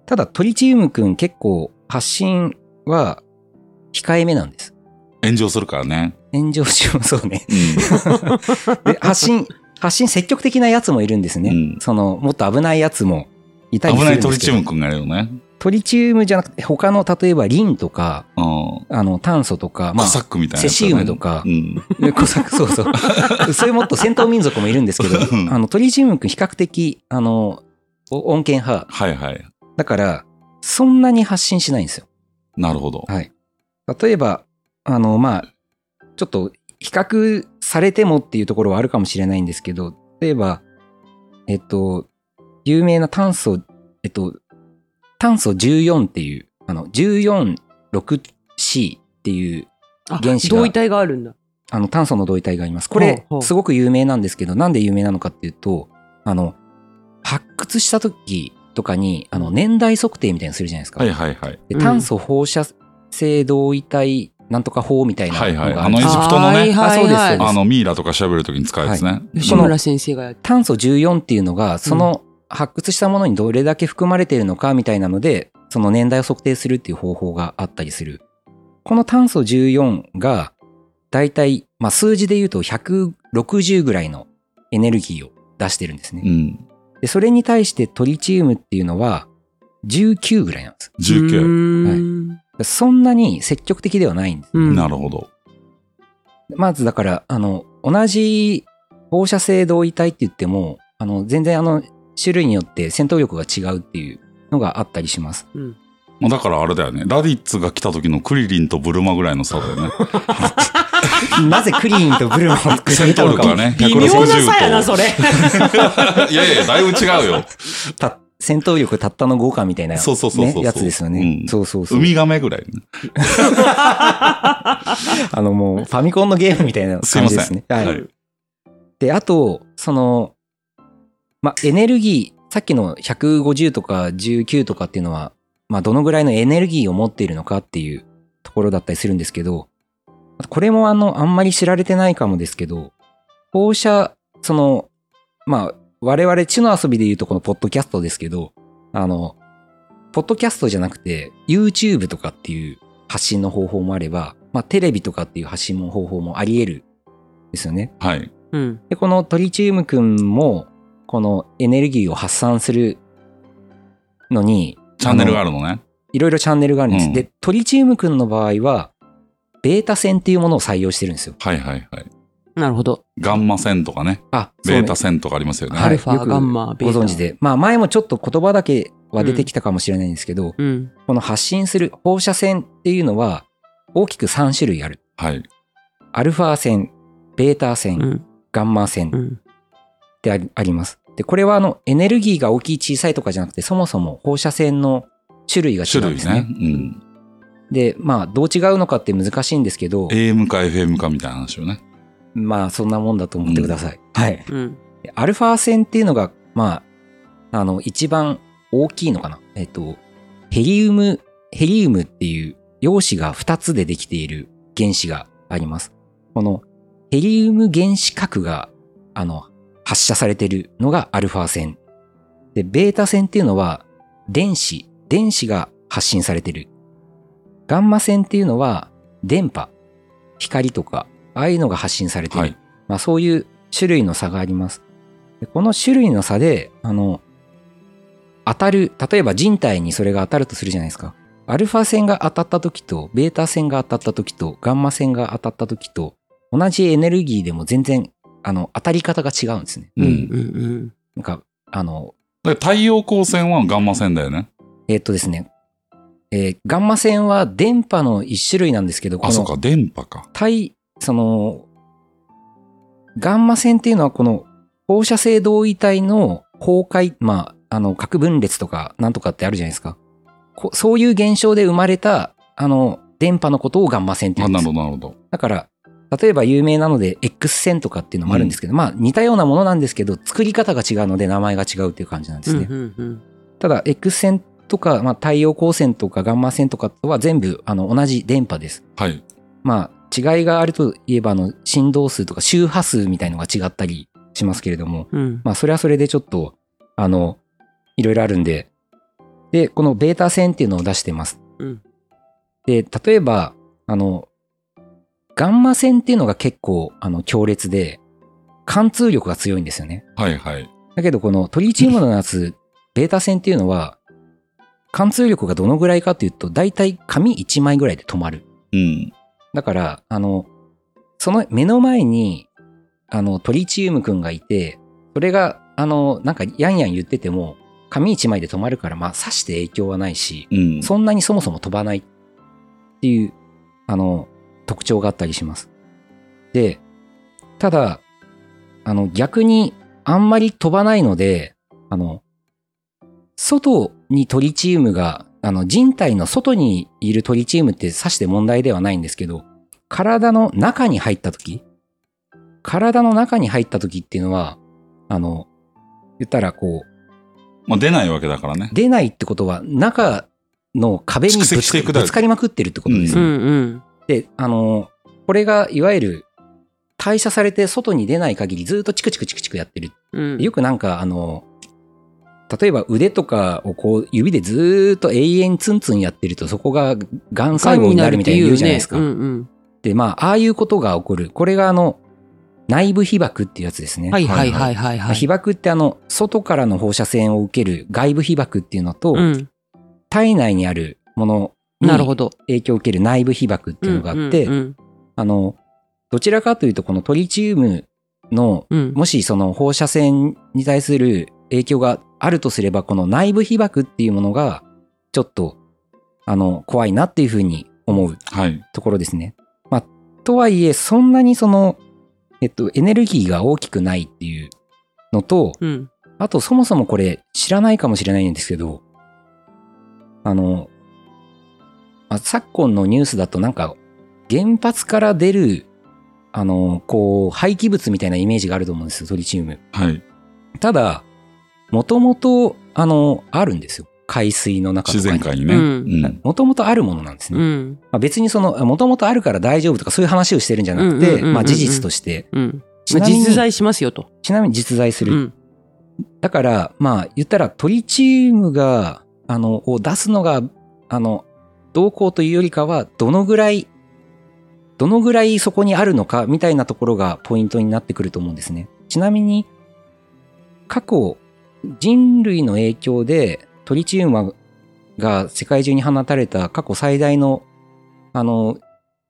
Speaker 2: ただ、トリチウムくん結構発信は控えめなんです。
Speaker 3: 炎上するからね。
Speaker 2: 炎上しもそう ね。
Speaker 3: うん。
Speaker 2: で発信、発信積極的なやつもいるんですね。
Speaker 3: うん
Speaker 2: その、もっと危ないやつもいたりす
Speaker 3: 危
Speaker 2: るんですけ
Speaker 3: ない
Speaker 2: ど
Speaker 3: トリチウムくんがいるよね。
Speaker 2: トリチウムじゃなくて、他の、例えばリンとか、
Speaker 3: うん。
Speaker 2: あの、炭素とか、ま
Speaker 3: コ
Speaker 2: あ、
Speaker 3: サックみたいなやつだね。
Speaker 2: セシウムとか
Speaker 3: うん。
Speaker 2: ねコサック、そう そう。そういうもっと戦闘民族もいるんですけど、
Speaker 3: うん
Speaker 2: あの、トリチウム君比較的、あの、お穏健派。
Speaker 3: はいはい。
Speaker 2: だから、そんなに発信しないんですよ。
Speaker 3: なるほど。
Speaker 2: はい。例えば、あの、まあ、ちょっと、比較されてもっていうところはあるかもしれないんですけど、例えば、えっと、有名な炭素、えっと、炭素14っていう、あの、146C っていう、
Speaker 1: あ
Speaker 2: 原子が
Speaker 1: 同位体があるんだ。
Speaker 2: あの炭素の同位体があります。これ
Speaker 1: ほうほう
Speaker 2: すごく有名なんですけど、なんで有名なのかっていうと、あの発掘した時とかにあの年代測定みたいなのするじゃないですか。
Speaker 3: はいはいはい。
Speaker 2: で
Speaker 1: うん
Speaker 2: 炭素放射性同位体なんとか法みたいなのがあ
Speaker 3: はいはい
Speaker 2: るんです
Speaker 3: エジプトのね
Speaker 1: はいはい
Speaker 2: あ
Speaker 1: は
Speaker 2: そう
Speaker 1: い
Speaker 2: で
Speaker 3: あの、ミイラとか喋るときに使うやつね。
Speaker 1: 吉村先生がやって
Speaker 2: 炭素14っていうのがその発掘したものにどれだけ含まれているのかみたいなのでその年代を測定するっていう方法があったりするこの炭素14がだいたい、まあ、数字で言うと160ぐらいのエネルギーを出してるんですね、
Speaker 3: うん。
Speaker 2: でそれに対してトリチウムっていうのは19ぐらいなんです。
Speaker 3: 19。
Speaker 1: 19。
Speaker 2: そんなに積極的ではないんです。
Speaker 1: うん
Speaker 3: なるほど。
Speaker 2: まずだから、あの、同じ放射性同位体って言っても、あの、全然あの、種類によって戦闘力が違うっていうのがあったりし ます。
Speaker 3: まあだからあれだよね。ラディッツが来た時のクリリンとブルマぐらいの差だよね。
Speaker 2: なぜクリーンとブルーを比
Speaker 3: 戦
Speaker 2: べた
Speaker 3: 闘
Speaker 2: のか
Speaker 3: 力
Speaker 2: も
Speaker 3: がね、
Speaker 1: 微妙な差やな、
Speaker 3: 160
Speaker 1: それ。
Speaker 3: と。いやいや、だいぶ違うよ。
Speaker 2: た戦闘力たったの5かみたいな、ね、
Speaker 3: そうそうそうそうそう
Speaker 2: やつですよね。
Speaker 3: うん
Speaker 2: そうそうそ
Speaker 3: ウ
Speaker 2: う。
Speaker 3: ミガメぐらい。
Speaker 2: あのもうファミコンのゲームみたいな
Speaker 3: すい
Speaker 2: 感
Speaker 3: ま
Speaker 2: じ
Speaker 3: せん。
Speaker 2: ですね。はい。
Speaker 3: はい
Speaker 2: で、あと、その、ま、エネルギー、さっきの150とか19とかっていうのは、まあ、どのぐらいのエネルギーを持っているのかっていうところだったりするんですけど、これもあの、あんまり知られてないかもですけど、放射、その、まあ、我々、地の遊びで言うとこのポッドキャストですけど、あの、ポッドキャストじゃなくて、YouTube とかっていう発信の方法もあれば、まあ、テレビとかっていう発信の方法もあり得るんですよね。
Speaker 3: はい。
Speaker 1: うん。
Speaker 2: で、このトリチウムくんも、このエネルギーを発散するのに、
Speaker 3: チャンネルがあ
Speaker 2: る。
Speaker 3: るのね。
Speaker 2: いろいろチャンネルがあるんです。
Speaker 3: うん
Speaker 2: で、トリチウムくんの場合は、ベータ線っていうものを採用してるんですよ。
Speaker 3: はいはいはい。
Speaker 1: なるほど。
Speaker 3: ガンマ線とかね。
Speaker 2: あ、
Speaker 3: ベータ
Speaker 2: 線。
Speaker 3: 線とかありますよね。
Speaker 2: はい
Speaker 1: アルフ
Speaker 2: よ
Speaker 1: ァ、
Speaker 2: く
Speaker 1: ガンマ、ベ
Speaker 2: ご
Speaker 1: ータ。
Speaker 2: 存知。で。まあ、前もちょっと言葉だけは出てきたかもしれないんですけど、
Speaker 1: うん。
Speaker 2: この発信する放射線っていうのは、大きく3種類ある。
Speaker 3: はい。
Speaker 2: アルファ線、ベータ線、
Speaker 1: うん。
Speaker 2: ガンマ線
Speaker 1: うん。
Speaker 2: ってありあります。で、これはあの、エネルギーが大きい小さいとかじゃなくて、そもそも放射線の種類が違
Speaker 3: 種
Speaker 2: うん
Speaker 3: 類
Speaker 2: ですね。
Speaker 3: ね。うん。
Speaker 2: で、まあ、どう違うのかって難しいんですけど、
Speaker 3: AM か FM かみたいな話よね。
Speaker 2: まあ、そんなもんだと思ってください。はい。
Speaker 1: うん。
Speaker 2: でアルファ線っていうのが、まあ、あの、一番大きいのかな。えっと、ヘリウム、ヘリウムっていう陽子が2つでできている原子があります。このヘリウム原子核が、あの、発射されているのがアルファ線。で、ベータ線っていうのは、電子、電子が発信されてる。ガンマ線っていうのは、電波、光とか、ああいうのが発信されてる。
Speaker 3: はい
Speaker 2: まあ、そういう種類の差があります。でこの種類の差で、あの、当たる、例えば人体にそれが当たるとするじゃないですか。アルファ線が当たった時と、ベータ線が当たった時と、ガンマ線が当たった時と、同じエネルギーでも全然、あの、当たり方が違うんですね。
Speaker 1: うん。う
Speaker 3: うん。だか
Speaker 1: ん。
Speaker 2: なんか、あの、
Speaker 3: ら太陽光線はガンマ線だよね。
Speaker 2: えーっとですね、えーガンマ線は電波の一種類なんですけど、こ
Speaker 3: あ、そう
Speaker 2: の
Speaker 3: か、電波か。
Speaker 2: 対、その、ガンマ線っていうのはこの放射性同位体の崩壊、まあ、あの、核分裂とかなんとかってあるじゃないですか。こそういう現象で生まれた、あの、電波のことをガンマ線って言
Speaker 3: あ、
Speaker 2: うんで
Speaker 3: な
Speaker 2: す
Speaker 3: るほど、なるほど。
Speaker 2: だから、例えば有名なので X 線とかっていうのもあるんですけど、まあ似たようなものなんですけど、作り方が違うので名前が違うっていう感じなんですね。
Speaker 1: うん。
Speaker 2: ただ X 線とか、まあ、太陽光線とかガンマ線とかとは全部あの同じ電波です。
Speaker 3: はい。
Speaker 2: まあ違いがあるといえばあの振動数とか周波数みたいのが違ったりしますけれども、
Speaker 1: うん。
Speaker 2: まあそれはそれでちょっとあのいろいろあるんで、で、このベータ線っていうのを出してます。
Speaker 1: うん
Speaker 2: で、例えばあのガンマ線っていうのが結構あの強烈で貫通力が強いんですよね。
Speaker 3: はいはい。
Speaker 2: だけどこのトリチウムの やつ、ベータ線っていうのは、貫通力がどのぐらいかっていうと、だいたい紙1枚ぐらいで止まる。
Speaker 3: うん。
Speaker 2: だから、あの、その目の前に、あの、トリチウムくんがいて、それが、あの、なんかやんやん言ってても、紙1枚で止まるから、まあ、刺して影響はないし、
Speaker 3: うん。
Speaker 2: そんなにそもそも飛ばないっていう、あの、特徴があったりします。で、ただ、あの、逆にあんまり飛ばないので、あの、外にトリチウムが、あの、人体の外にいるトリチウムって指して問題ではないんですけど、体の中に入った時体の中に入った時っていうのは、あの、言ったらこう、
Speaker 3: まあ出ないわけだからね。
Speaker 2: 出ないってことは、中の壁にぶ
Speaker 3: 蓄積
Speaker 2: つ
Speaker 3: していくだろう
Speaker 2: ぶつかりまくってるってことです
Speaker 1: う
Speaker 2: ね。
Speaker 1: ん。うん。
Speaker 2: で、あの、これがいわゆる代謝されて外に出ない限りずっとチクチクチクチクやってる。
Speaker 1: うん。
Speaker 2: よくなんかあの、例えば腕とかをこう指でずーっと永遠にツンツンやってるとそこががん細胞になるみたいに言うじゃないですか。
Speaker 1: うんうん。
Speaker 2: で、まあ、ああいうことが起こる。これがあの、内部被爆っていうやつですね。
Speaker 1: はいはいはいはい
Speaker 2: まあ
Speaker 1: はい。
Speaker 2: 被爆ってあの、外からの放射線を受ける外部被爆っていうのと、
Speaker 1: うん。
Speaker 2: 体内にあるものに
Speaker 1: なるほど。
Speaker 2: 影響を受ける内部被曝っていうのがあって、
Speaker 1: うんうん
Speaker 2: あの、どちらかというと、このトリチウムの、
Speaker 1: うんうん
Speaker 2: もしその放射線に対する影響があるとすれば、この内部被曝っていうものが、ちょっと、あの、怖いなっていうふうに思う
Speaker 3: はい。
Speaker 2: ところですね。まあ、とはいえ、そんなにその、えっと、エネルギーが大きくないっていうのと、
Speaker 1: うん
Speaker 2: あと、そもそもこれ、知らないかもしれないんですけど、あの、まあ、昨今のニュースだとなんか、原発から出る、あの、こう、廃棄物みたいなイメージがあると思うんですよ、トリチウム。
Speaker 3: はい。
Speaker 2: ただ、もともと、あの、あるんですよ。海水の中と
Speaker 3: 自
Speaker 2: か
Speaker 3: 然
Speaker 2: に。
Speaker 3: 界にね。
Speaker 1: う
Speaker 3: うんん。
Speaker 2: もともとあるものなんですね。
Speaker 1: うん
Speaker 2: まあ、別にその、もともとあるから大丈夫とかそういう話をしてるんじゃなく
Speaker 1: うんうんうん
Speaker 2: て、
Speaker 1: うんうん
Speaker 2: まあ事実として。
Speaker 1: うん
Speaker 2: ちなみに
Speaker 1: 実在しますよと。
Speaker 2: ちなみに実在す
Speaker 1: う
Speaker 2: る。
Speaker 1: ん
Speaker 2: だから、まあ、言ったら、トリチウムが、あの、を出すのが、あの、どうこうというよりかは、どのぐらい、どのぐらいそこにあるのか、みたいなところがポイントになってくると思うんですね。ちなみに、過去、人類の影響で、トリチウムが世界中に放たれた過去最大の、あの、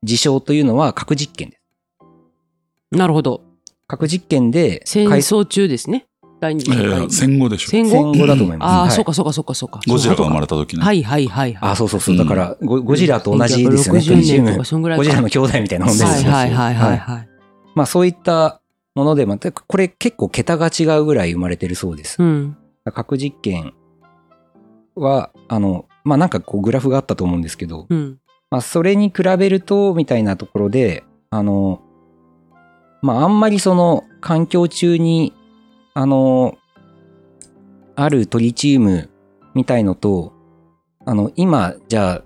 Speaker 2: 事象というのは核実験です。
Speaker 1: なるほど。
Speaker 2: 核実験で、
Speaker 1: 戦
Speaker 2: 回
Speaker 1: 争中ですね。第二
Speaker 3: い
Speaker 1: 次
Speaker 3: やい
Speaker 1: 世界
Speaker 3: や、戦後でしょ。
Speaker 1: 戦
Speaker 2: 戦
Speaker 1: 後
Speaker 2: 後だと思います。
Speaker 1: あ
Speaker 2: は
Speaker 1: あ、
Speaker 2: い
Speaker 1: そうかそうかそうかそうか。
Speaker 3: ゴジラが生まれた時ね。
Speaker 1: はいはいはいはい。
Speaker 2: あ、そうそうそう。
Speaker 3: うん
Speaker 2: だから、ゴゴジラと同じですよね。ト
Speaker 1: 1960
Speaker 2: リチウ
Speaker 1: 年と
Speaker 2: ム
Speaker 1: か、。そんぐらいか
Speaker 2: ゴジラの兄弟みたいなもんですよ
Speaker 1: はい
Speaker 2: ね。
Speaker 1: はいはいはい
Speaker 2: はい
Speaker 1: はい。
Speaker 2: まあそういったもので、また、これ結構桁が違うぐらい生まれてるそうです
Speaker 1: う。ん。
Speaker 2: 核実験は、あの、まあなんかこうグラフがあったと思うんですけど、
Speaker 1: うん。
Speaker 2: まあそれに比べると、みたいなところで、あの、まああんまりその環境中に、あの、あるトリチウムみたいのと、あの、今、じゃ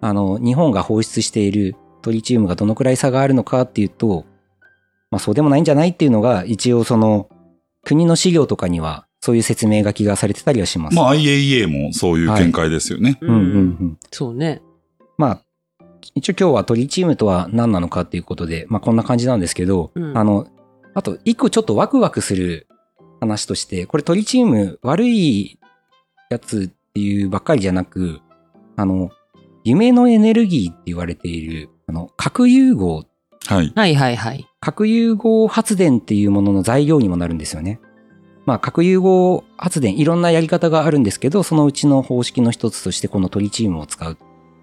Speaker 2: あ、あの、日本が放出しているトリチウムがどのくらい差があるのかっていうと、まあそうでもないんじゃないっていうのが、一応その、国の資料とかには、そういう説明書きがされてたりはします。
Speaker 3: まあ IAEA もそういう見解ですよね。
Speaker 2: うんうんうん。
Speaker 1: そうね。
Speaker 2: まあ、一応今日はトリチウムとは何なのかっていうことで、まあこんな感じなんですけど、
Speaker 1: うん
Speaker 2: あの、あと一個ちょっとワクワクする話として、これトリチウム悪いやつっていうばっかりじゃなく、あの、夢のエネルギーって言われている、あの、核融合、
Speaker 3: はい。
Speaker 1: はいはいはい。
Speaker 2: 核融合発電っていうものの材料にもなるんですよね。まあ、核融合発電、いろんなやり方があるんですけど、そのうちの方式の一つとして、このトリチウムを使う。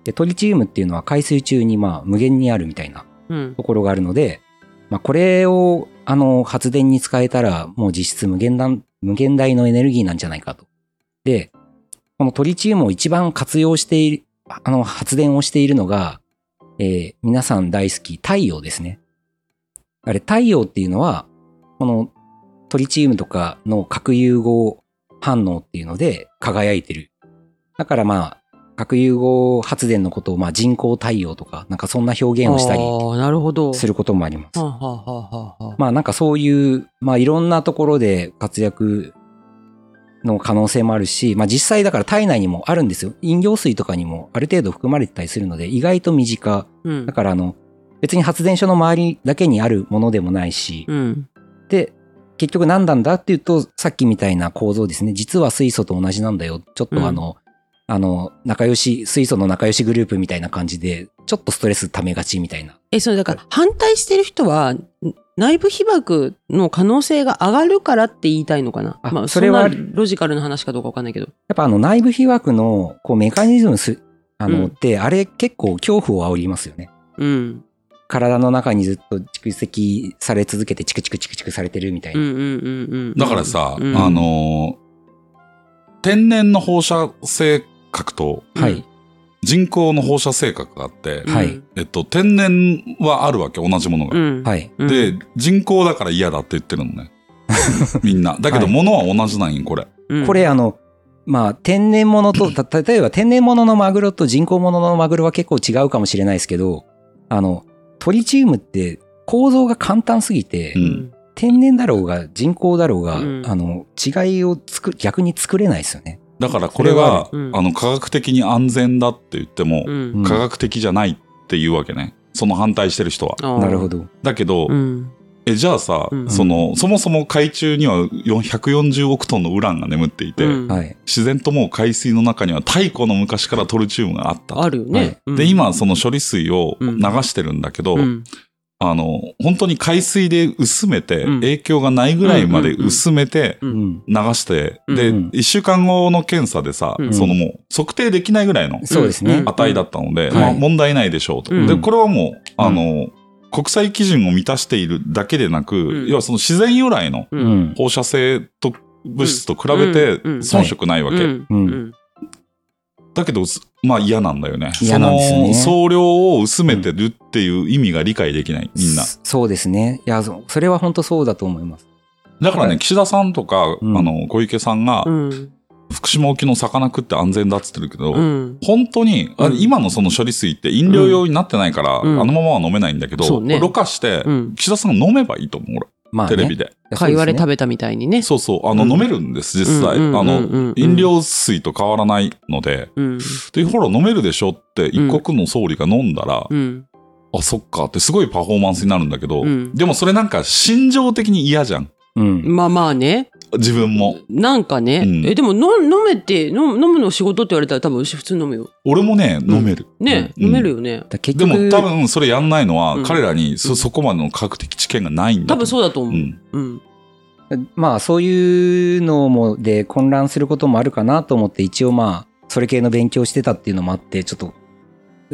Speaker 2: で、トリチウムっていうのは海水中にまあ無限にあるみたいな
Speaker 1: うん。
Speaker 2: ところがあるので、まあ、これをあの発電に使えたら、もう実質無限大無限大のエネルギーなんじゃないかと。で、このトリチウムを一番活用している、あの発電をしているのが、えー皆さん大好き、太陽ですね。あれ、太陽っていうのは、このトリチウムとかの核融合反応っていうので輝いてる。だからまあ、核融合発電のことをまあ人工太陽とか、なんかそんな表現をしたり
Speaker 1: あーなるほど。
Speaker 2: することもあります。
Speaker 1: はあはあはあはあ
Speaker 2: まあなんかそういう、まあいろんなところで活躍の可能性もあるし、まあ実際だから体内にもあるんですよ。飲料水とかにもある程度含まれてたりするので、意外と身近。
Speaker 1: うん
Speaker 2: だからあの、別に発電所の周りだけにあるものでもないし、
Speaker 1: うん。
Speaker 2: で、結局何なんだっていうと、さっきみたいな構造ですね。実は水素と同じなんだよ。ちょっとあの、あの、仲良し、水素の仲良しグループみたいな感じで、ちょっとストレス溜めがちみたいな。
Speaker 1: え、それだから反対してる人は、ん内部被曝の可能性が上がるからって言いたいのかな。
Speaker 2: あ
Speaker 1: まあ、そ
Speaker 2: そ
Speaker 1: れ
Speaker 2: れ
Speaker 1: は
Speaker 2: は
Speaker 1: ロジカルな話かどうかわかんないけど。
Speaker 2: やっぱあの内部被曝のこうメカニズムす、あ
Speaker 1: うん
Speaker 2: の、って、あれ結構恐怖を煽りますよね。
Speaker 1: うん。
Speaker 2: 体の中にずっと蓄積され続けて、チクチクチクチクされてるみたい
Speaker 1: うん
Speaker 2: な。
Speaker 1: うんうんうん。
Speaker 3: だからさ、
Speaker 1: うん
Speaker 3: あのー天然の放射性核と
Speaker 1: うん
Speaker 2: はい。
Speaker 3: 人工の放射性核があって、
Speaker 2: はい
Speaker 3: えっと、天然はあるわけ、同じもの
Speaker 1: う
Speaker 3: が。
Speaker 1: ん。
Speaker 2: はい。
Speaker 1: うん、
Speaker 3: で、人工だから嫌だって言ってる のね。みんな。だけど、
Speaker 2: はい
Speaker 3: 物は同じなんよ、これ。
Speaker 1: うん
Speaker 2: これあの、まあ、天然 物と、た、例えば天然物のマグロと人工物のマグロは結構違うかもしれないですけど、あの、トリチウムって構造が簡単すぎて、
Speaker 3: うん
Speaker 2: 天然だろうが人工だろうが、
Speaker 1: うん
Speaker 2: あの、違いを作、逆に作れないですよね。
Speaker 3: だから、これは、
Speaker 1: それはうん
Speaker 3: あの、科学的に安全だって言っても、
Speaker 1: うん
Speaker 2: うん
Speaker 3: 科学的じゃないっていうわけね。その反対してる人は。
Speaker 1: あー
Speaker 2: なるほど。
Speaker 3: だけど、
Speaker 1: うん。
Speaker 3: え、じゃあさ、
Speaker 1: うん
Speaker 3: その、そもそも海中には4 140億トンのウランが眠っていて、
Speaker 1: うん
Speaker 2: はい。
Speaker 3: 自然ともう海水の中には太古の昔からトリチウムがあったと。
Speaker 1: あるよね。うん
Speaker 3: で、今、その処理水を
Speaker 1: うん
Speaker 3: 流してるんだけど、
Speaker 1: うん
Speaker 3: あの、本当に海水で薄めて、
Speaker 1: うん
Speaker 3: 影響がないぐらいまで薄めて
Speaker 1: う
Speaker 2: うんん。
Speaker 3: 流して、
Speaker 1: うん
Speaker 3: で、
Speaker 2: うん
Speaker 3: 1週間後の検査でさ、
Speaker 1: うん
Speaker 3: そのもう測定できないぐらいの
Speaker 2: そうですね。
Speaker 1: うん
Speaker 3: 値だったので、
Speaker 2: うん
Speaker 3: ま
Speaker 2: は
Speaker 3: あ
Speaker 2: い
Speaker 3: 問題ないでしょうと。
Speaker 1: うん
Speaker 3: で、これはもう、
Speaker 2: うん
Speaker 3: あの、国際基準を満たしているだけでなく、
Speaker 1: うん
Speaker 3: 要はその自然由来の
Speaker 1: う
Speaker 2: うんん。
Speaker 3: 放射性と物質と比べ
Speaker 1: うんうん
Speaker 3: て遜色ないわけ。
Speaker 1: うん
Speaker 2: うん
Speaker 1: うん
Speaker 3: だけど、すまあ嫌なんだよね。
Speaker 2: 嫌なんですよね
Speaker 3: その総量を薄めてるっていう意味が理解できない、みんな。
Speaker 2: そそうですね。いや、そそれは本当そうだと思います。
Speaker 3: だから
Speaker 2: は
Speaker 3: ね、岸田さんとか、
Speaker 2: うん
Speaker 3: あの、小池さんが
Speaker 1: う、ん
Speaker 3: 福島沖の魚食って安全だっつってるけど、
Speaker 1: うん
Speaker 3: 本当に、あ
Speaker 1: うん
Speaker 3: 今のその処理水って飲料用になってないから、
Speaker 1: うん
Speaker 3: あのままは飲めないんだけど、
Speaker 1: そうね
Speaker 3: ろ過して、
Speaker 1: うん
Speaker 3: 岸田さん飲めばいいと思う、俺
Speaker 2: まあ、ね、
Speaker 3: テレビで。
Speaker 1: かいわれ食
Speaker 2: べ
Speaker 1: べたみたいにね。
Speaker 3: そうそう、あの、
Speaker 1: うん
Speaker 3: 飲めるんです、実際。あ
Speaker 1: うんうんうんうん
Speaker 3: の、飲料水と変わらないので、
Speaker 1: うん
Speaker 3: で、ほら、飲めるでしょって、
Speaker 1: うん
Speaker 3: 一国の総理が飲んだら、
Speaker 1: うん
Speaker 3: あ、そっかってすごいパフォーマンスになるんだけど、
Speaker 1: うん
Speaker 3: でもそれなんか心情的に嫌じゃん。
Speaker 2: うん。
Speaker 1: まあまあね。
Speaker 3: 自分も。
Speaker 1: なんかね。
Speaker 3: うん
Speaker 1: え、でも飲飲めて、飲む飲むの仕事って言われたら多分私普通に飲むよ。
Speaker 3: 俺もね、飲める。
Speaker 1: ね、
Speaker 3: うん
Speaker 1: 飲めるよね。
Speaker 2: だ結
Speaker 3: で
Speaker 2: 局
Speaker 3: も多分それやんないのは、
Speaker 1: うん
Speaker 3: 彼らに
Speaker 1: う
Speaker 3: そ
Speaker 1: ん
Speaker 3: そこまでの科学的知見がないんだ
Speaker 1: 多
Speaker 3: と
Speaker 1: 分そうだと思う。
Speaker 3: ん
Speaker 1: うん。
Speaker 2: まあそういうのもで混乱することもあるかなと思って一応まあそれ系の勉強してたっていうのもあってちょっと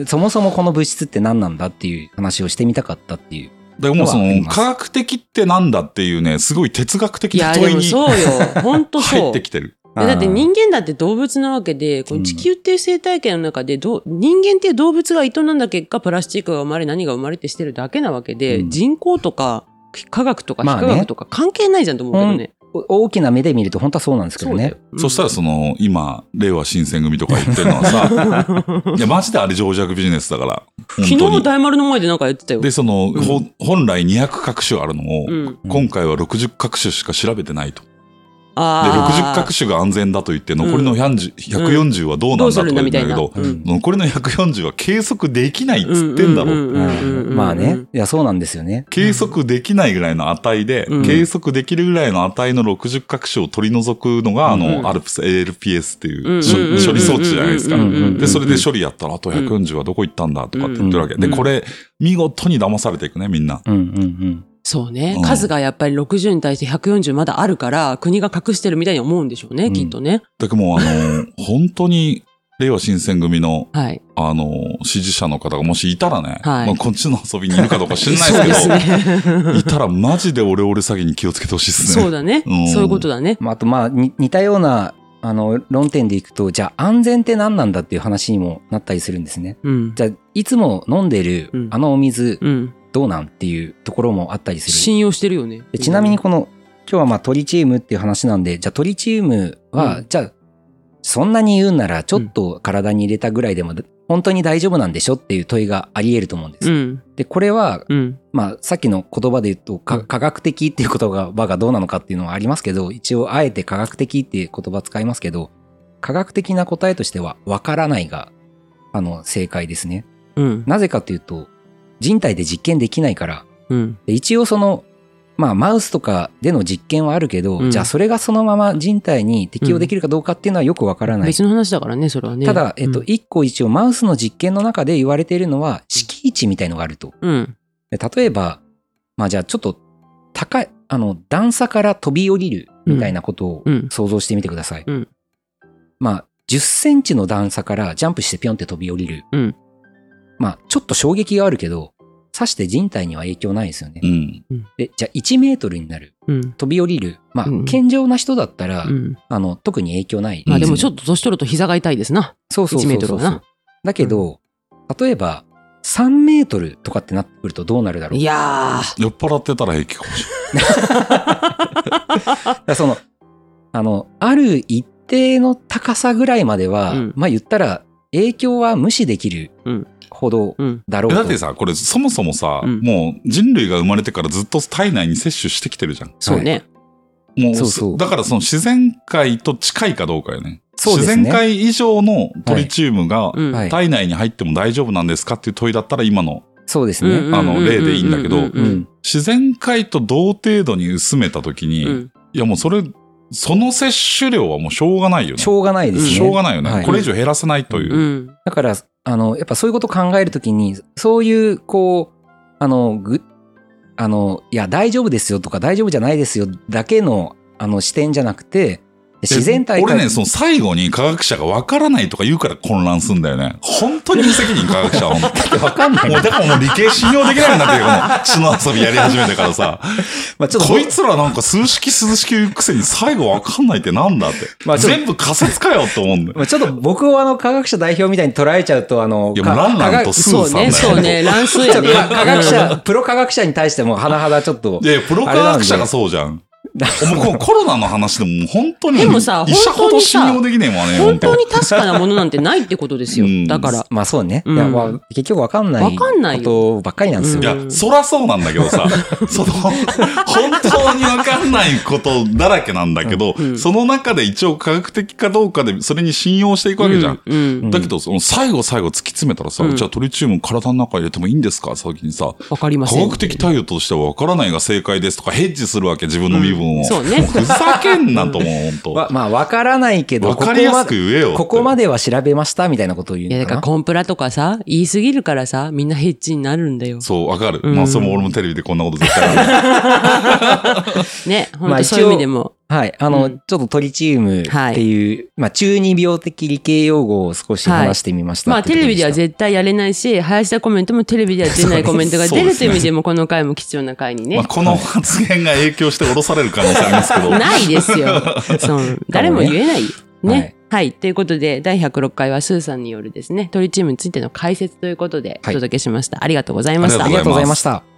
Speaker 2: そもそもこの物質って何なんだっていう話をしてみたかったっていう。
Speaker 3: でもうそ
Speaker 2: わかり
Speaker 3: の
Speaker 2: ます
Speaker 3: 科学的ってなんだっていうねすごい哲学的
Speaker 1: いや、
Speaker 3: な
Speaker 1: で
Speaker 3: 問い
Speaker 1: も
Speaker 3: に
Speaker 1: そう よ。ほんと
Speaker 3: 入
Speaker 1: そ
Speaker 3: っ
Speaker 1: う。
Speaker 3: てきてる
Speaker 1: えだって人間だって動物なわけで、この地球っていう生態系の中でどう、人間っていう動物が営んだ結果、プラスチックが生まれ、何が生まれてしてるだけなわけで、
Speaker 2: うん
Speaker 1: 人口とか、科学とか、
Speaker 2: まあ
Speaker 1: 非
Speaker 2: ね
Speaker 1: 科学とか関係ないじゃんと思うけどね。
Speaker 2: お大きな目で見ると本当はそうなんですけどね。
Speaker 3: そしたら
Speaker 1: そ
Speaker 3: その今令和新選組とか言ってるのは さいやマジであれ情弱ビジネスだから
Speaker 1: うだよ、
Speaker 3: 本
Speaker 1: 昨
Speaker 3: 当
Speaker 1: 日
Speaker 3: に
Speaker 1: 大丸の前でなんかやってたよ。
Speaker 3: でその、
Speaker 1: うん
Speaker 3: ほ本来200各種あるのを、
Speaker 1: うん。
Speaker 3: 今回は60各種しか調べてないとで
Speaker 1: あ
Speaker 3: 60
Speaker 1: あ。
Speaker 3: 各種が安全だと言って残りの140 140はどう
Speaker 1: ど
Speaker 3: なん
Speaker 1: う
Speaker 3: だ
Speaker 1: す
Speaker 3: と
Speaker 1: る
Speaker 3: か
Speaker 1: ん
Speaker 3: 言
Speaker 1: だ
Speaker 3: う
Speaker 1: みた
Speaker 3: んだ
Speaker 1: い
Speaker 3: け
Speaker 1: な。
Speaker 3: ど、
Speaker 1: うん
Speaker 3: 残りの140は計測できないっつってんだろ、
Speaker 1: うううんうんうん
Speaker 2: まあね。いやそうなんですよね。
Speaker 3: 計測できないぐらいの値で、
Speaker 1: うん
Speaker 3: 計測できるぐらいの値の60各種を取り除くのが、
Speaker 2: うん
Speaker 3: あの、アルプス ALPS ってい
Speaker 1: うんうん
Speaker 3: う
Speaker 1: うん
Speaker 3: 処
Speaker 1: うん
Speaker 3: 処理装置じゃないですか
Speaker 1: うんう。んうん
Speaker 3: で、それで処理やったら、あと140はどこ行ったんだとかって言ってるわけ。
Speaker 2: うん
Speaker 3: で、これ、見事に騙されていくね、みんな。
Speaker 2: うんうん
Speaker 1: そうね
Speaker 3: うん。
Speaker 1: 数がやっぱり60に対して140まだあるから、国が隠してるみたいに思うんでしょうね、
Speaker 2: うん
Speaker 1: きっとね。
Speaker 3: だけどもう、あの、本当に、令和新選組の、
Speaker 1: はい。
Speaker 3: あの、支持者の方がもしいたらね、
Speaker 1: はい
Speaker 3: まあこっちの遊びにいるかどうか知らない
Speaker 1: そう
Speaker 3: で
Speaker 1: ですす
Speaker 3: け ど、
Speaker 1: ね。
Speaker 3: いたらマジでオレオレ詐欺に気をつけてほしいですね。
Speaker 1: そうだね
Speaker 3: うん。
Speaker 1: そういうことだね
Speaker 2: う。ん。まああとまあに似たようなあの論点でいくとじゃあ安全って何なんだっていう話にもなったりするんですね。
Speaker 1: うん。
Speaker 2: じゃあいつも飲んでる
Speaker 1: うん
Speaker 2: あのお水、
Speaker 1: うん。
Speaker 2: どうなんっていうところもあったりする。
Speaker 1: 信用してるよね。
Speaker 2: でちなみにこの今日はまあトリチウムっていう話なんでじゃあトリチウムは、
Speaker 1: う
Speaker 2: じゃあそんなに言うならちょっと体に入れたぐらいでも本当に大丈夫なんでしょっていう問いがあり得ると思うんです。
Speaker 1: うん、
Speaker 2: でこれは、
Speaker 1: うん、
Speaker 2: まあ、さっきの言葉で言うとか
Speaker 1: うん
Speaker 2: 科学的っていう言葉がどうなのかっていうのはありますけど一応あえて科学的っていう言葉使いますけど科学的な答えとしては分からないがあの正解ですね。
Speaker 1: うん、
Speaker 2: なぜかというと人体で実験できないから
Speaker 1: うん、
Speaker 2: で一応その、まあ、マウスとかでの実験はあるけど、
Speaker 1: うん
Speaker 2: じゃあそれがそのまま人体に適用できるかどうかっていうのはよくわからない。
Speaker 1: 別の話だからね、それはね。
Speaker 2: ただ、えっと、
Speaker 1: うん
Speaker 2: 一個一応マウスの実験の中で言われているのは、敷地みたいのがあると。
Speaker 1: うん、
Speaker 2: で例えば、まあじゃあちょっと高い、あの、段差から飛び降りるみたいなことを
Speaker 1: うん
Speaker 2: 想像してみてください。
Speaker 1: うん
Speaker 2: まあ、10センチの段差からジャンプしてピョンって飛び降りる。
Speaker 1: うん
Speaker 2: まあ、ちょっと衝撃があるけど、さして人体には影響ないですよね。
Speaker 3: うん。
Speaker 2: で、じゃあ1メートルになる、
Speaker 1: うん、
Speaker 2: 飛び降りる、まあ
Speaker 1: う、ん
Speaker 2: 健常な人だったら、
Speaker 1: うん。
Speaker 2: あの、特に影響ない、
Speaker 1: まあでもちょ
Speaker 2: っ
Speaker 1: っと年取ると膝が痛いですな。
Speaker 2: と、そうそうそうそう
Speaker 1: 1メートルはな
Speaker 2: だけど、例えば、3メートルとかってなってくるとどうなるだろう
Speaker 1: いや
Speaker 3: 酔っ払ってたら平気かもしれない。
Speaker 2: だからその、あの、ある一定の高さぐらいまでは、
Speaker 1: うん
Speaker 2: まあ言ったら、影響は無視できる
Speaker 1: うん
Speaker 2: ほど
Speaker 1: ー、うん、
Speaker 2: だろう
Speaker 3: え
Speaker 2: と。
Speaker 3: だってさ、これそもそもさ、
Speaker 1: うん
Speaker 3: もう人類が生まれてからずっと体内に摂取してきてるじゃん。
Speaker 1: そうね。
Speaker 3: もう
Speaker 2: そうそう
Speaker 3: だからその自然界と近いかどうかよね。
Speaker 2: そうですね
Speaker 3: 自然界以上のトリチウムが
Speaker 1: うん、
Speaker 2: はい
Speaker 3: 体内に入っても大丈夫なんですかっていう問いだったら今の、
Speaker 2: そうです
Speaker 1: うん
Speaker 2: ね。
Speaker 1: うんうんうんうん
Speaker 3: あの例でいいんだけど
Speaker 1: うんうん
Speaker 2: うん
Speaker 3: 自然解と同程度に薄めたときに、
Speaker 1: うん。
Speaker 3: いやもうそれ、その摂取量はもうしょうがないよね。
Speaker 2: しょうがないですね。
Speaker 3: しょうがないよね。
Speaker 2: はい
Speaker 3: これ以上減らせないという。
Speaker 1: うん。
Speaker 2: だから、あの、やっぱそういうこと考えるときに、そういう、こう、あの、ぐ、あの、いや、大丈夫ですよとか、大丈夫じゃないですよだけの、あの、視点じゃなくて、自然体
Speaker 3: え俺ね、その最後に科学者がわからないとか言うから混乱すんだよね。本当に無責任科学 者は。本当に
Speaker 2: わかんない。
Speaker 3: もうだからもう理系信用できないようになってるよ、この血の遊びやり始めたからさ。
Speaker 2: まあ、ちょっと、
Speaker 3: こいつらなんか数式数式言うくせに最後わかんないってなんだって。
Speaker 2: まあちょっと
Speaker 3: 全部仮説かよって思うんだよ。
Speaker 2: まあ、ちょっと僕をあの、科学者代表みたいに捉えちゃうと、あの、
Speaker 3: いやもう
Speaker 2: か
Speaker 3: ランランとスー
Speaker 1: そう
Speaker 3: さんだよ
Speaker 1: ね、そうね、乱数
Speaker 2: ちょ
Speaker 1: や
Speaker 2: っ
Speaker 1: ね
Speaker 2: と。か科学者、プロ科学者に対しても、はなはだちょっと
Speaker 3: い、やいやプロ科学者がそうじゃん。もうこのコロナの話でももう本当に。
Speaker 1: でもさ
Speaker 3: 医者ほ
Speaker 1: 本当
Speaker 3: ど
Speaker 1: にさ
Speaker 3: 信用できねえわね、
Speaker 1: 本
Speaker 3: 本
Speaker 1: 当
Speaker 3: 当
Speaker 1: に確かなものなんてないってことですよ
Speaker 3: うん。
Speaker 1: だから。
Speaker 2: まあそうね。
Speaker 1: うん
Speaker 2: いやまあ結局わかんない
Speaker 1: わかんないよ
Speaker 2: ことばっかりなんですよ。
Speaker 1: うん
Speaker 3: いや、そらそうなんだけ どさ、その、本当にわかんないことだらけなんだけど、
Speaker 1: うん
Speaker 3: その中で一応科学的かどうかで、それに信用していくわけじゃん。
Speaker 1: うんうん。
Speaker 3: だけど、その最後最後突き詰めたらさ、
Speaker 1: うん
Speaker 3: じゃあトリチウム体の中入れてもいいんですかさっきにさ、
Speaker 1: わかりま
Speaker 3: 科
Speaker 1: せん。
Speaker 3: 学的対応としてはわからないが正解ですとか、ヘッジするわけ、自分の身分を。
Speaker 1: うんそうね
Speaker 3: もふざけんなと思う、 本
Speaker 2: わまあわからないけど、
Speaker 3: 当。わかりやすく
Speaker 2: ここまで
Speaker 3: 言えよって。
Speaker 2: ここまでは調べましたみたいなことを言う
Speaker 1: いや、
Speaker 2: の
Speaker 1: だか
Speaker 2: からな。
Speaker 1: コンプラとかさ、言いすぎるからさ、みんなヘッジになるんだよ。
Speaker 3: そう、わかる。
Speaker 1: うん
Speaker 3: まあ、それも俺もテレビでこんなこと絶対 ある。
Speaker 1: ね、ほん
Speaker 2: まあ
Speaker 1: と
Speaker 2: 一
Speaker 1: そ
Speaker 2: 応
Speaker 1: ういう意味でも。
Speaker 2: はい。あの、
Speaker 1: うん
Speaker 2: ちょっとトリチウムっていう、
Speaker 1: は
Speaker 2: まあ中二病的理系用語を少し話してみました。
Speaker 1: まあテレビでは
Speaker 2: 全
Speaker 1: 絶対やれないし、林田コメントもテレビでは出ないコメントが出るという意味でも、この回も貴重な回に
Speaker 3: まあ、
Speaker 1: ね。
Speaker 3: この発言が影響して降ろされる可能性ありますけ ど。
Speaker 1: ないです よ。そう。誰も言えないよ。
Speaker 2: は
Speaker 1: ね
Speaker 2: い。
Speaker 1: はい。ということで、第106回はスーさんによるですね、トリチームについての解説ということで、お
Speaker 2: はい
Speaker 1: 届けしました。ありがとうござい
Speaker 3: あ
Speaker 1: ま
Speaker 3: り
Speaker 1: し
Speaker 3: がとうござ
Speaker 1: た
Speaker 3: いま。
Speaker 2: ありがとうございました。